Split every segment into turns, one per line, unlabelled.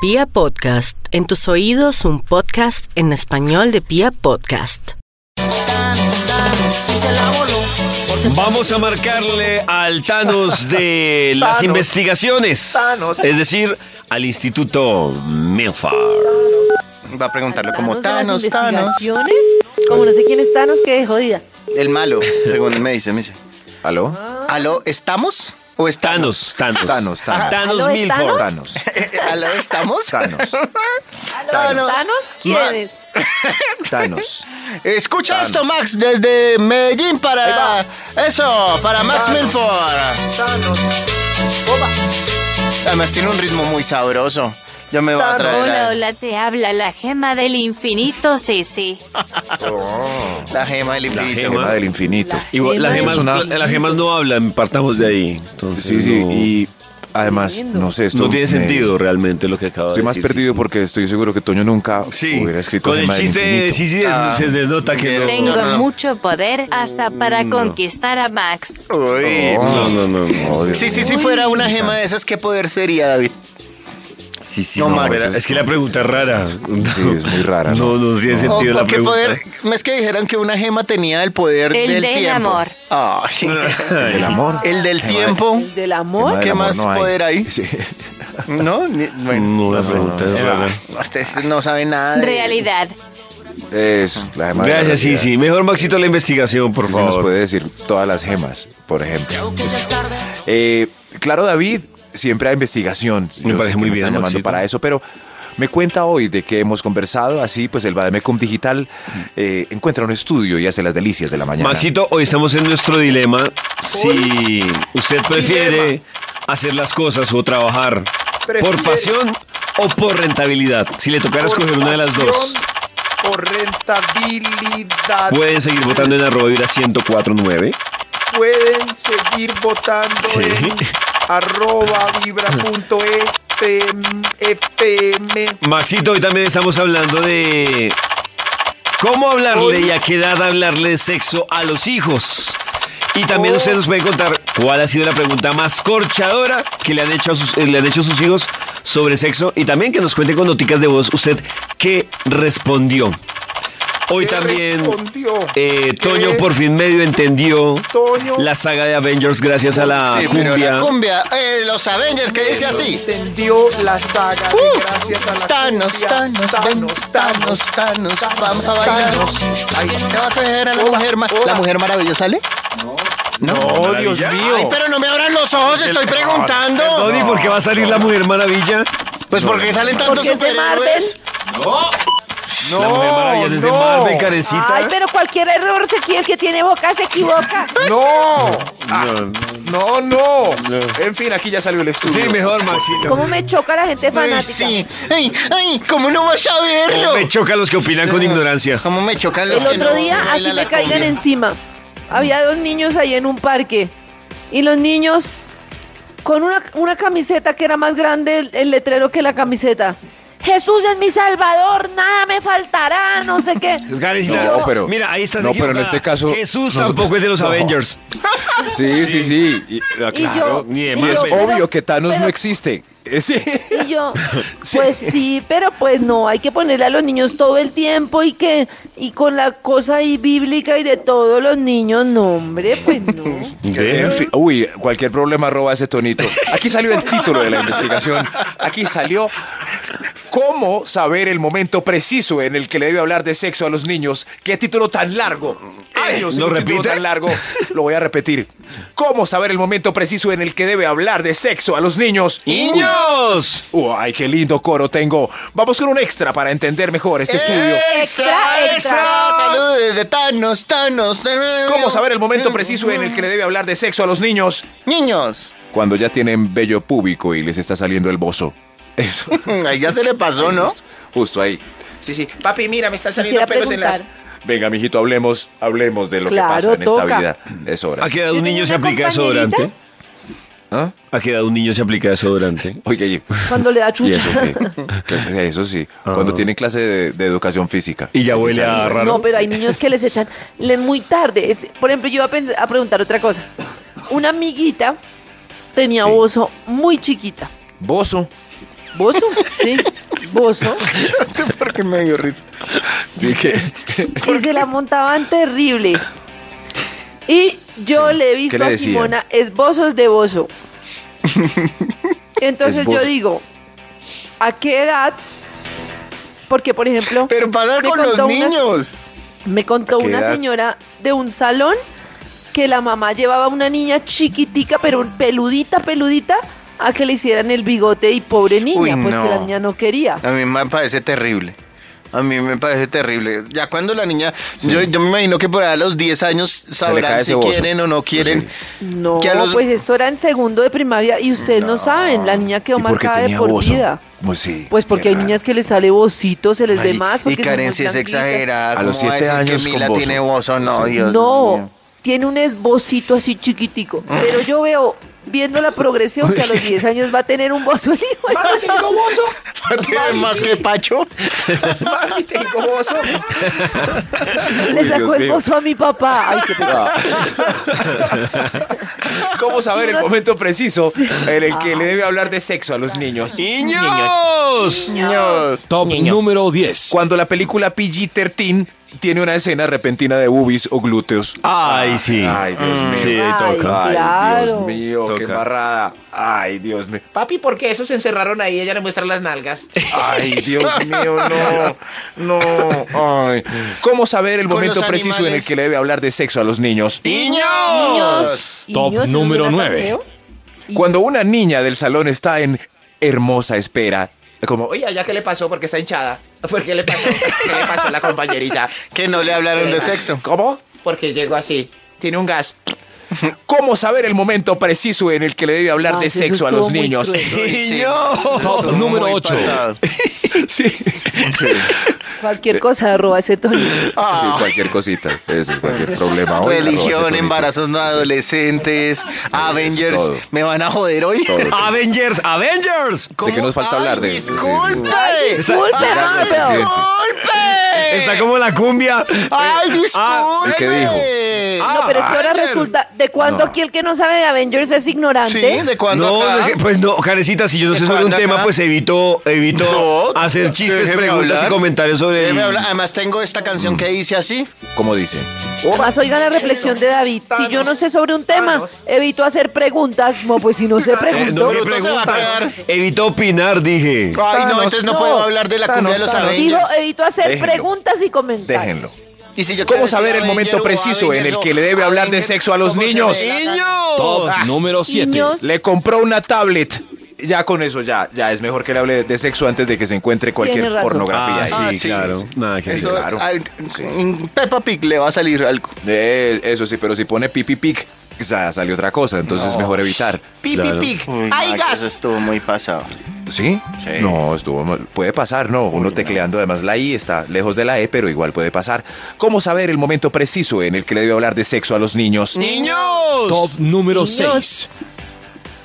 Pia Podcast, en tus oídos un podcast en español de Pia Podcast.
Vamos a marcarle al Thanos de las
Thanos.
investigaciones.
Thanos.
Es decir, al Instituto Milfar.
Va a preguntarle como Thanos,
Thanos de las
Thanos,
investigaciones, Como no sé quién es Thanos, que jodida.
el malo, según me dice, me dice.
¿Aló?
¿Aló, estamos o estamos?
Thanos, Thanos.
Thanos, Thanos.
Thanos
¿Aló, es
Milford.
Thanos.
¿Aló, estamos?
Thanos.
Thanos.
¿Thanos? ¿Quién
Ma-
es?
Thanos.
Escucha esto, Max, desde Medellín para... Eso, para Max Milford. Además tiene un ritmo muy sabroso. Yo me voy a traer
Hola,
la-
hola, te habla la gema del infinito Sisi.
la gema del infinito.
gema.
Tema del infinito.
Y bueno, las,
Gemas.
gemas,
Una-
las gemas no hablan, partamos de ahí. Entonces,
Sí, sí,
no,
y además,
Tremendo.
no sé, esto
no tiene
me-
sentido realmente lo que acaba
Estoy
de
más
decir.
perdido porque estoy seguro que Toño nunca
Sí,
hubiera escrito
con el
Gema del
chiste de
Infinito.
sí, sí,
Ah,
se denota que no.
Tengo
no, Mm, no.
mucho poder hasta para conquistar a Max.
Uy.
No, no, no.
Oh, Dios
Sí, sí,
mío.
si fuera una gema de esas, ¿qué poder sería, David?
Sí, sí,
No,
no,
Max.
era- es que la pregunta es rara.
Sí, es muy rara,
No,
¿no?
no tiene
O,
sentido la
o Oh, qué
pregunta.
poder, es que dijeron que una gema tenía el poder
El
del
del
tiempo.
amor.
Ay.
El amor.
El del
Gema de-
tiempo,
¿El del amor?
Gema del
¿Qué más
no hay.
poder hay?
Sí.
¿no? Ni- Bueno,
No, la pregunta es
Eva,
rara.
ustedes no saben nada. de-
Realidad.
Es la gema de la
Gracias, sí,
realidad.
sí. Mejor Maxito la investigación, por
Sí, sí
favor.
nos puede decir todas las gemas, por ejemplo. Eh, claro, David, siempre hay investigación. Yo sé
parece
que
muy bien,
están llamando
Maxito.
para eso, pero me cuenta hoy de que hemos conversado, así pues el Bademecum Digital eh, encuentra un estudio y hace las delicias de la mañana.
Maxito, hoy estamos en nuestro dilema. Si usted prefiere hacer las cosas o trabajar por
Prefiere-
pasión o por rentabilidad. Si le tocara escoger una de las dos,
Por rentabilidad.
pueden seguir votando en arroba vibra 1049.
Pueden seguir votando
Sí. en
arroba vibra.fm.
Maxito, hoy también estamos hablando de cómo hablarle y a qué edad hablarle de sexo a los hijos. Y también ustedes nos pueden contar cuál ha sido la pregunta más corchadora que le han hecho a sus, eh, le han hecho sus hijos sobre sexo. Y también que nos cuente con noticas de voz usted qué respondió. Hoy también eh, Toño por fin medio entendió la saga de Avengers gracias a la
Sí, pero
cumbia.
la cumbia, eh, los Avengers, que dice así.
Entendió la saga de gracias a la
Thanos,
cumbia.
Thanos, Thanos, Thanos, Thanos, vamos a bailar.
Thanos. Ay,
Te va a coger a la
Hola,
mujer, ma-
hola.
la mujer maravilla, ¿sale?
No, Dios mío.
Ay,
pues,
pero no me abran los ojos, estoy preguntando.
Tony, ¿por qué va a salir la Mujer Maravilla?
Pues porque salen tantos
Porque es de Marvel.
superhéroes.
la Mujer Maravilla desde Marvel, Karencita.
Ay, pero cualquier error, se qui- el que tiene boca se equivoca.
No. Ah, No, no. En fin, aquí ya salió el estudio.
Sí, mejor, Maxito.
¿Cómo me choca la gente
Ay,
fanática?
sí. Ay, ay, ¿cómo no vas a verlo?
Me choca los que opinan con ignorancia.
¿Cómo me chocan los
El
que
otro
no
día,
bailan
así
la
me caigan
cumbia?
encima. Había dos niños ahí en un parque. Y los niños con una, una camiseta que era más grande el, el letrero que la camiseta. Jesús es mi salvador, nada me faltará, no sé qué.
Karencita,
No, pero-
mira, ahí estás
no, pero en
equivocada.
este caso,
Jesús
nosotros-
tampoco es de los
no.
Avengers.
Sí, sí, sí. Y, ah,
Y yo-
claro.
ni de
y
más,
es
yo,
pero-
obvio que Thanos
pero-
no existe. Eh, Sí.
Y yo, pues sí, pero pues no, hay que ponerle a los niños todo el tiempo y que y con la cosa ahí bíblica y de todos los niños, no, hombre, pues no.
En fin, uy, cualquier problema roba ese tonito. Aquí salió el título de la investigación. Aquí salió cómo saber el momento preciso en el que le debe hablar de sexo a los niños. Qué título tan largo. Años
¿Lo
sin un título
repite?
tan largo. Lo voy a repetir. Cómo saber el momento preciso en el que debe hablar de sexo a los niños. Uy,
¡Niños!
Uh, ¡Ay, qué lindo coro tengo! Vamos con un extra para entender mejor este estudio.
Eh,
Extra, extra.
Saludos de Thanos, Thanos.
¿Cómo saber el
eh,
momento preciso en el que le debe hablar de sexo a los niños?
Niños.
Cuando ya tienen vello púbico y les está saliendo el bozo. Eso.
Mm, Ahí ya se le pasó, ¿no?
Justo, justo ahí. Sí, sí. Papi, mira, me están
Quisiera preguntar.
Venga, mijito, hablemos, hablemos de lo
Claro,
que pasa en
toca.
esta vida. Es hora.
¿A qué edad
Yo
un
tenía
niño se
una
aplica
compañerita-
desodorante?
¿Ah?
¿A qué edad un niño se aplica desodorante?
Oiga, y,
Cuando le da
y
chucha.
eso, qué? ¿Qué? eso sí. Cuando tienen clase de, de educación física.
Y ya huele a raro.
No, pero hay niños que les echan le- muy tarde. Es- por ejemplo, yo iba a, pens- a preguntar otra cosa. Una amiguita tenía
Sí.
bozo muy chiquita.
Bozo.
Bozo, sí. Bozo.
No sé por qué me dio risa.
Así que,
Y se la montaban terrible. Y yo le he visto
le
a
decían?
Simona esbozos de bozo. Entonces yo
Esbozo.
digo, ¿a qué edad? Porque, por ejemplo,
Pero para
Me
con los
contó unas-
niños.
me contó
¿A qué
una
edad?
señora de un salón que la mamá llevaba a una niña chiquitica, pero peludita, peludita, a que le hicieran el bigote y pobre niña,
Uy,
pues que la
no.
niña no quería.
A mí me parece terrible. A mí me parece terrible. Ya cuando la niña, yo, yo me imagino que por ahí a los 10 años
cae
sabrán
ese
si
bozo.
quieren o no quieren.
No,
Que a los-
pues esto era en segundo de primaria y ustedes no, saben, la niña
¿y
quedó
por qué
marcada de
tenía
por
bozo?
vida.
Pues sí.
Pues porque
qué
hay
raro.
niñas que les sale bocito, se les ve
Ay,
más.
y
Porque son muy
Karen sí es
blanquitas.
exagerada.
A
¿cómo
los
va
siete
decir
años
que
con
Mila
bozo?
tiene bozo, no,
Sí.
Dios
No,
mío.
tiene un esbocito así chiquitico. Pero yo veo, viendo la progresión, que a los 10 años va a tener un bozo el hijo.
¿Tiene más que Pacho?
Mami, tengo bozo.
Le
Uy,
sacó
Dios
el
mío.
bozo a mi papá. Ay, qué pecado.
¿Cómo saber el
no- Ah.
momento preciso en el que le debe hablar de sexo a los niños?
¡Niños!
Top número 10.
Cuando la película PG-13 tiene una escena repentina de boobies o glúteos.
Ay, sí.
Ay, Dios mío.
Sí,
Ay,
toca.
Ay,
claro.
Dios mío, qué
Toca.
embarrada. Ay, Dios mío.
Papi, ¿por qué esos se encerraron ahí? Ella le muestra las nalgas.
Ay, Dios mío, no. No. Ay. ¿Cómo saber el
Con
momento
los
preciso en el
animales.
que le debe hablar de sexo a los niños?
Niños.
Top
niños, ¿eso
número
suena
nueve.
tanteo?
Cuando una niña del salón está en hermosa espera, como,
Oye, ¿ya qué le pasó? Porque está hinchada. ¿Por qué le pasó? ¿Qué le pasó a la compañerita?
Que no le hablaron de sexo.
¿cómo?
Porque llegó así. Tiene un gas.
¿Cómo saber el momento preciso en el que le debe hablar
Ay,
de
eso
sexo a
estuvo
los
muy
niños?
cruel.
Top
Muy
número 8.
pasado.
Sí.
Eh.
Cualquier cosa roba ese tonito.
Sí, cualquier cosita. Eso es cualquier problema. Hoy arroba
Ah. Religión,
cetonito.
embarazos no adolescentes, Avengers.
todo.
¿Me van a joder hoy?
Todo, sí.
Avengers, Avengers.
¿De qué nos falta
Ay,
hablar de sí, sí, sí.
Disculpe.
Disculpe,
Ay,
Marvel.
presidente.
Disculpe.
Está como la cumbia.
Ay,
Ah,
disculpe.
¿y qué
Ah,
No, pero es que ahora
Avengers.
resulta, ¿de cuándo aquí el que no sabe de Avengers es ignorante?
Ah, Sí, ¿de cuándo
No,
acá?
deje- pues no, Karencita, si yo no sé sobre un
¿Cuándo
tema,
acá?
pues evito, evito
No,
hacer chistes,
déjeme
preguntas
hablar.
y comentarios sobre el...
Déjeme hablar. Además tengo esta canción que hice así.
¿Cómo dicen?
Más oigan la reflexión de David. Si yo no sé sobre un tema, evito hacer preguntas. No, pues si no se
Eh, no
preguntó.
me
Bruto se va a
preguntas.
cagar.
Evito opinar, dije.
Ay, no, entonces no, puedo hablar de la cumbia de los
Dijo,
Avengers.
eh,
evito hacer
Déjenlo.
preguntas y comentarios.
Déjenlo.
Y si yo quiero
¿Cómo
decir
saber el momento
Avenger o
preciso en el
Avengers
que le
o
debe hablar de
Avengers,
sexo a los
¿cómo se
niños?
ve?
Top
Ah.
número 7.
Niños.
Le compró una tablet. Ya con eso, ya, ya es mejor que le hable de sexo antes de que se encuentre cualquier
Tiene razón.
pornografía.
Ah, sí,
ahí.
claro. Nada que
Eso,
hacer.
claro.
al-
Sí.
mm, Peppa Pig le va a salir algo.
Eh, eso sí, pero si pone pipi pic, ya sale otra cosa, entonces es mejor evitar.
Pipi
Claro.
Pig. Ay, gas. Eso estuvo muy pasado.
¿Sí? No, estuvo mal. Puede pasar, ¿no? Uno tecleando, además la I está lejos de la E, pero igual puede pasar. ¿Cómo saber el momento preciso en el que le debe hablar de sexo a los niños?
¡Niños!
Top número
Niños.
6.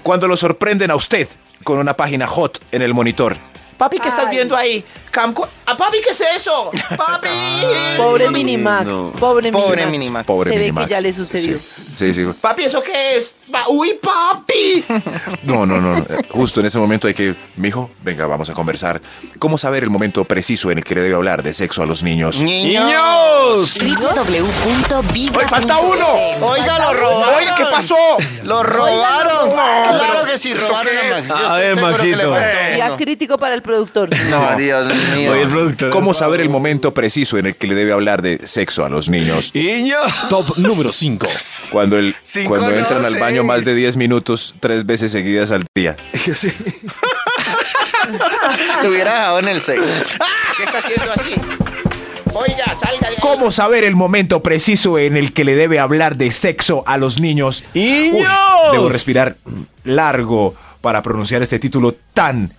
Cuando lo sorprenden a usted con una página hot en el monitor.
Papi, ¿qué estás
Ay.
viendo ahí? Camco. Ah, papi, ¿qué es eso? Papi.
Pobre Minimax.
no.
Pobre
Pobre, Minimax.
Minimax.
Pobre
Se ve
Minimax.
que ya le sucedió.
Sí, sí. sí.
Papi, ¿eso qué es? Pa- Uy, papi.
No, no, no. no. Eh, Justo en ese momento hay que, mijo, venga, vamos a conversar. ¿Cómo saber el momento preciso en el que le debe hablar de sexo a los niños?
¡Niños!
¡Hoy
falta uno!
¡Oiga, lo robaron!
Oye, ¿qué pasó?
¡Lo robaron! ¡Claro que sí,
¿esto
robaron
qué
a Max!
es?
Yo
A
estoy
ver,
seguro que le
Maxito.
faltó
Día
uno.
crítico para el productor.
No, Dios mío.
Oye, el productor.
¿Cómo saber el momento preciso en el que le debe hablar de sexo a los niños?
¡Niños!
Top número 5.
Cuando, el,
Cinco,
cuando
no,
entran al
seis.
baño más de 10 minutos, tres veces seguidas al día.
Lo hubiera dejado en el sexo.
¿Qué está haciendo así? Oiga, salga de ahí.
¿Cómo saber el momento preciso en el que le debe hablar de sexo a los niños?
¡Niños!
debo respirar largo para pronunciar este título tan,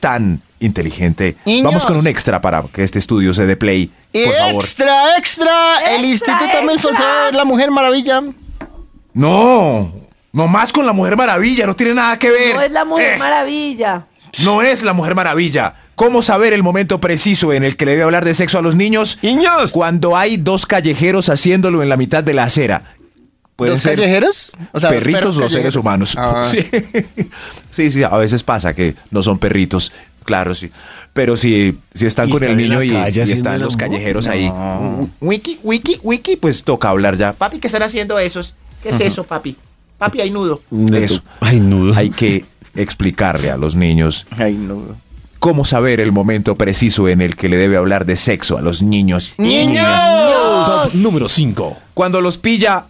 tan inteligente.
Niños.
Vamos con un extra para que este estudio se dé play. Por favor.
Extra, extra, El
Extra,
Instituto Milford
extra.
sabe La Mujer Maravilla.
No, no más con la Mujer Maravilla, no tiene nada que ver.
No es la mujer
Eh.
maravilla.
No es la Mujer Maravilla. ¿Cómo saber el momento preciso en el que le debe hablar de sexo a los niños?
¡Niños!
Cuando hay dos callejeros haciéndolo en la mitad de la acera. Pueden
¿Los
ser
callejeros? O sea, los
perritos o
perros
seres
callejeros.
humanos.
Ah.
Sí. sí, sí, a veces pasa que no son perritos, claro, sí. Pero si, si están
Y
con el
están en
niño
la
y,
calle
y
haciendo
están
el
los
amor.
callejeros ahí,
No.
wiki, wiki, wiki, pues toca hablar ya.
Papi, ¿qué están haciendo esos? ¿Qué es eso, papi? Papi, hay nudo.
Eso.
Ay, nudo.
Hay que explicarle a los niños
Ay, no.
cómo saber el momento preciso en el que le debe hablar de sexo a los niños.
Top número 5.
Cuando los pilla,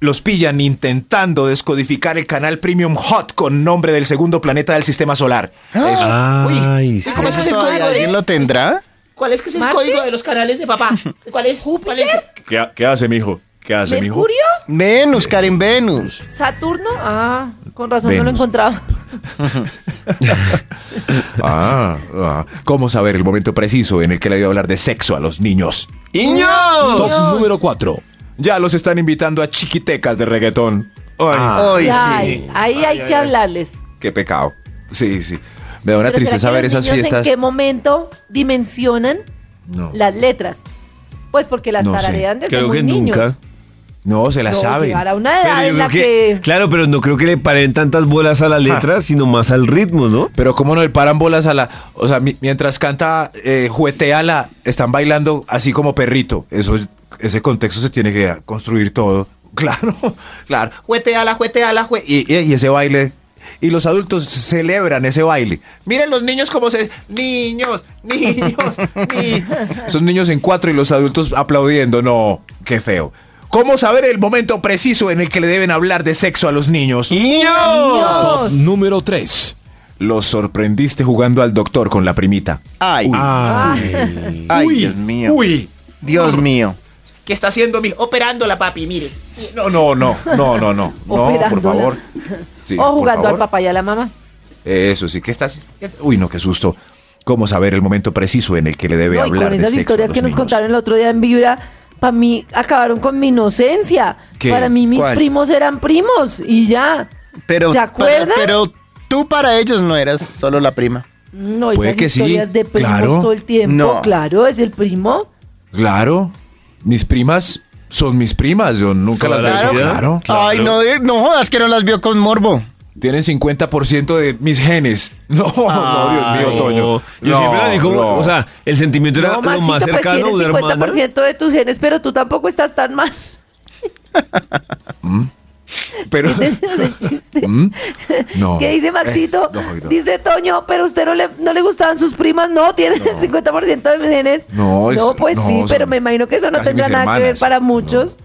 los pillan intentando descodificar el canal Premium Hot con nombre del segundo planeta del sistema solar. Eso.
Ay, sí.
¿Cómo es que es el
¿Todavía
código
¿Alguien
de,
lo tendrá?
¿Cuál es que es el
¿Marte?
código de los canales de papá? ¿Cuál es? ¿Cuál es?
¿Qué, ha- qué hace, mijo? ¿Qué hace, mijo?
¿Mercurio?
Venus, Karen Venus.
¿Saturno? Ah, con razón no lo
Venus.
encontraba.
Ah, ah. ¿Cómo saber el momento preciso en el que le debe hablar de sexo a los niños?
Top número 4.
Ya los están invitando a chiquitecas de reggaetón. Ay,
Hoy sí.
Ay, ahí hay que hablarles.
qué pecado. Sí, sí. Me da una
Pero
tristeza
¿será que
ver
los
esas
niños
fiestas.
¿En qué momento dimensionan
No.
las letras? Pues porque las
No sé.
tararean desde
Creo
muy
que
niños.
nunca.
No, se la
No,
saben.
llegar a una edad
Pero yo
en la
creo
que...
Claro, pero no creo que le paren tantas bolas a la letra, sino más al ritmo, ¿no?
Pero cómo no le paran bolas a la... O sea, mi- mientras canta eh, juguetea la... Están bailando así como perrito. Eso, ese contexto se tiene que construir todo. Claro, claro. Jueteala, jueteala, jue... Y, y- y ese baile... Y los adultos celebran ese baile.
Miren los niños como se... Niños, niños, niños.
Esos niños en cuatro y los adultos aplaudiendo. No, qué feo. ¿Cómo saber el momento preciso en el que le deben hablar de sexo a los niños?
Top
Dios.
número 3.
Los sorprendiste jugando al doctor con la primita.
Ay, ay, Dios mío.
Ah. Uy. Ah.
Dios mío.
¿Qué está haciendo mi... Operándola, papi, mire.
No, no, no, no, no, no. No,
Operándola.
por favor. Sí,
o
por
jugando al
favor.
papá y a la mamá.
Eso sí, que estás. Uy, no, qué susto. ¿Cómo saber el momento preciso en el que le debe
No, y
hablar?
con
de
esas
sexo a
historias
los
que nos
niños?
contaron el otro día en Vibra, para mí acabaron con mi inocencia.
¿Qué?
Para mí mis
¿Cuál?
primos eran primos y ya.
Pero,
¿Se acuerdan?
para- pero tú para ellos no eras solo la prima.
No,
Puede
esas
que sí,
historias de primos
claro.
todo el tiempo.
No.
Claro, es el primo.
Claro. Mis primas son mis primas. Yo nunca
Toda
las
la
veo.
vida.
Claro.
Ay, no, de- no jodas que no las vio con morbo.
Tienen 50% de mis genes. No, no, Dios mío, Toño.
Yo
No,
siempre la digo,
no.
o sea, el sentimiento era
no,
lo
Maxito,
más
pues
cercano a
tienes
una hermana.
50% de tus genes, pero tú tampoco estás tan mal.
Pero.
¿Entendieron el chiste?
¿Mm? No.
¿Qué dice Maxito?
Es- no, no.
Dice Toño, pero usted no le, no le gustaban sus primas. No, tienen el 50% de mis genes.
No, es-
pues
no,
sí,
son
pero me imagino que eso no
casi
tendrá
mis
nada que ver
hermanas.
para muchos.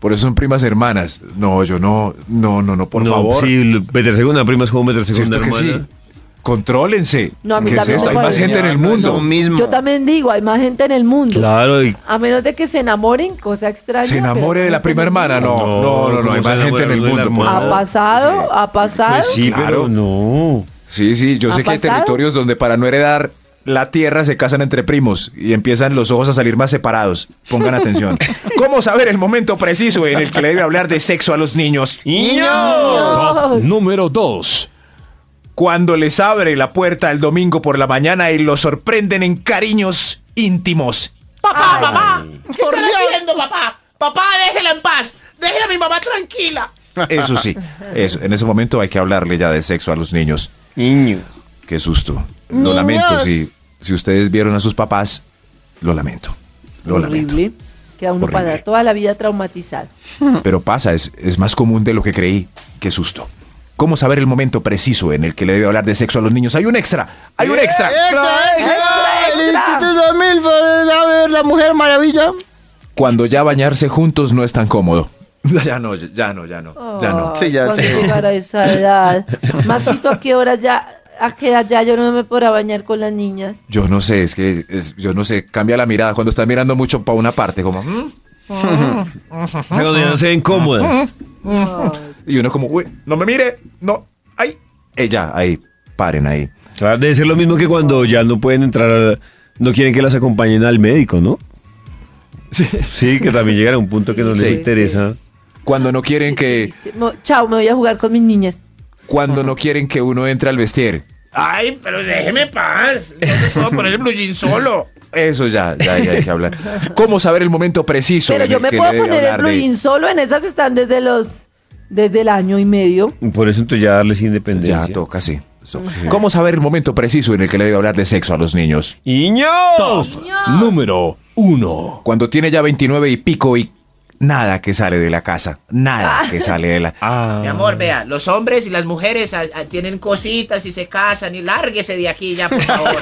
Por eso son primas hermanas. No, yo no. No, no, no, por
no,
favor.
Sí, meterse con una prima es como meterse con una
¿Cierto que
hermana.
sí? Contrólense.
No, a mí
¿Qué es
también
esto?
me
Hay más
parece.
gente en el mundo.
Lo mismo.
Yo también digo, hay más gente en el mundo.
Claro, y
A menos de que se enamoren, cosa extraña.
¿Se enamore
pero-
de la prima hermana? No,
No,
no, no, no.
¿cómo
Hay
se
más gente en el
enamora uno de la
mundo. pues. por
¿Ha
hermana?
favor.
pasado?
Sí.
¿Ha pasado?
pues sí,
Claro.
pero no.
Sí, sí, yo
¿Ha
sé que hay
pasado?
territorios donde para no heredar la tierra se casan entre primos y empiezan los ojos a salir más separados. Pongan atención. ¿Cómo saber el momento preciso en el que le debe hablar de sexo a los niños?
Top
Dios.
número 2.
Cuando les abre la puerta el domingo por la mañana y los sorprenden en cariños íntimos.
Papá, papá. ¿Qué están haciendo, papá? Papá, déjela en paz. Déjela a mi mamá tranquila.
Eso sí, eso. En ese momento hay que hablarle ya de sexo a los niños.
Niño.
Qué susto. Lo lamento.
Niños.
Si, si ustedes vieron a sus papás, lo lamento. Lo lamento.
Horrible. Queda uno
Horrible.
para toda la vida traumatizado.
Pero pasa, es, es más común de lo que creí. Qué susto. ¿Cómo saber el momento preciso en el que le debe hablar de sexo a los niños? Hay un extra. Hay un extra.
¡Extra, extra!
extra,
¡El
extra!
Instituto Milford! A ver, la mujer maravilla.
Cuando ya bañarse juntos no es tan cómodo. Ya no, ya no, ya no. Ya no.
Ay,
Sí, ya
cuando
sé.
llegar a esa edad. Maxito, ¿a qué hora ya? ¿A qué edad ya yo no me podrá bañar con las niñas?
Yo no sé, es que es- yo no sé, cambia la mirada cuando estás mirando mucho para una parte, como "Mm",
O sea, cuando ya no se ven cómodas.
y uno como, uy, no me mire, no, ay, ella, ahí, paren ahí.
Claro, Debe ser lo mismo que cuando ya no pueden entrar, a- no quieren que las acompañen al médico, ¿no?
Sí.
Sí, que también llegan a un punto que no les
Sí.
interesa.
Cuando no quieren que,
¿Viste? No, Chao, me voy a jugar con mis niñas.
cuando no quieren que uno entre al vestir.
Ay, pero déjeme en paz. No me puedo poner el blue jean solo.
Eso ya, ya, ya hay que hablar. ¿Cómo saber el momento preciso?
Pero
en
yo
el
me
que
puedo
debe
poner el
hablar de-
plugin solo, en esas están desde los desde el año y medio.
Por eso entonces ya darles independencia.
Ya toca, sí. ¿Cómo saber el momento preciso en el que le debe hablar de sexo a los niños?
¡Iño!
número uno.
Cuando tiene ya 29 y pico y nada que sale de la casa. Nada que sale de la...
Ah.
Mi amor, vea, los hombres y las mujeres ah, ah, tienen cositas y se casan y lárguese de aquí ya, por favor.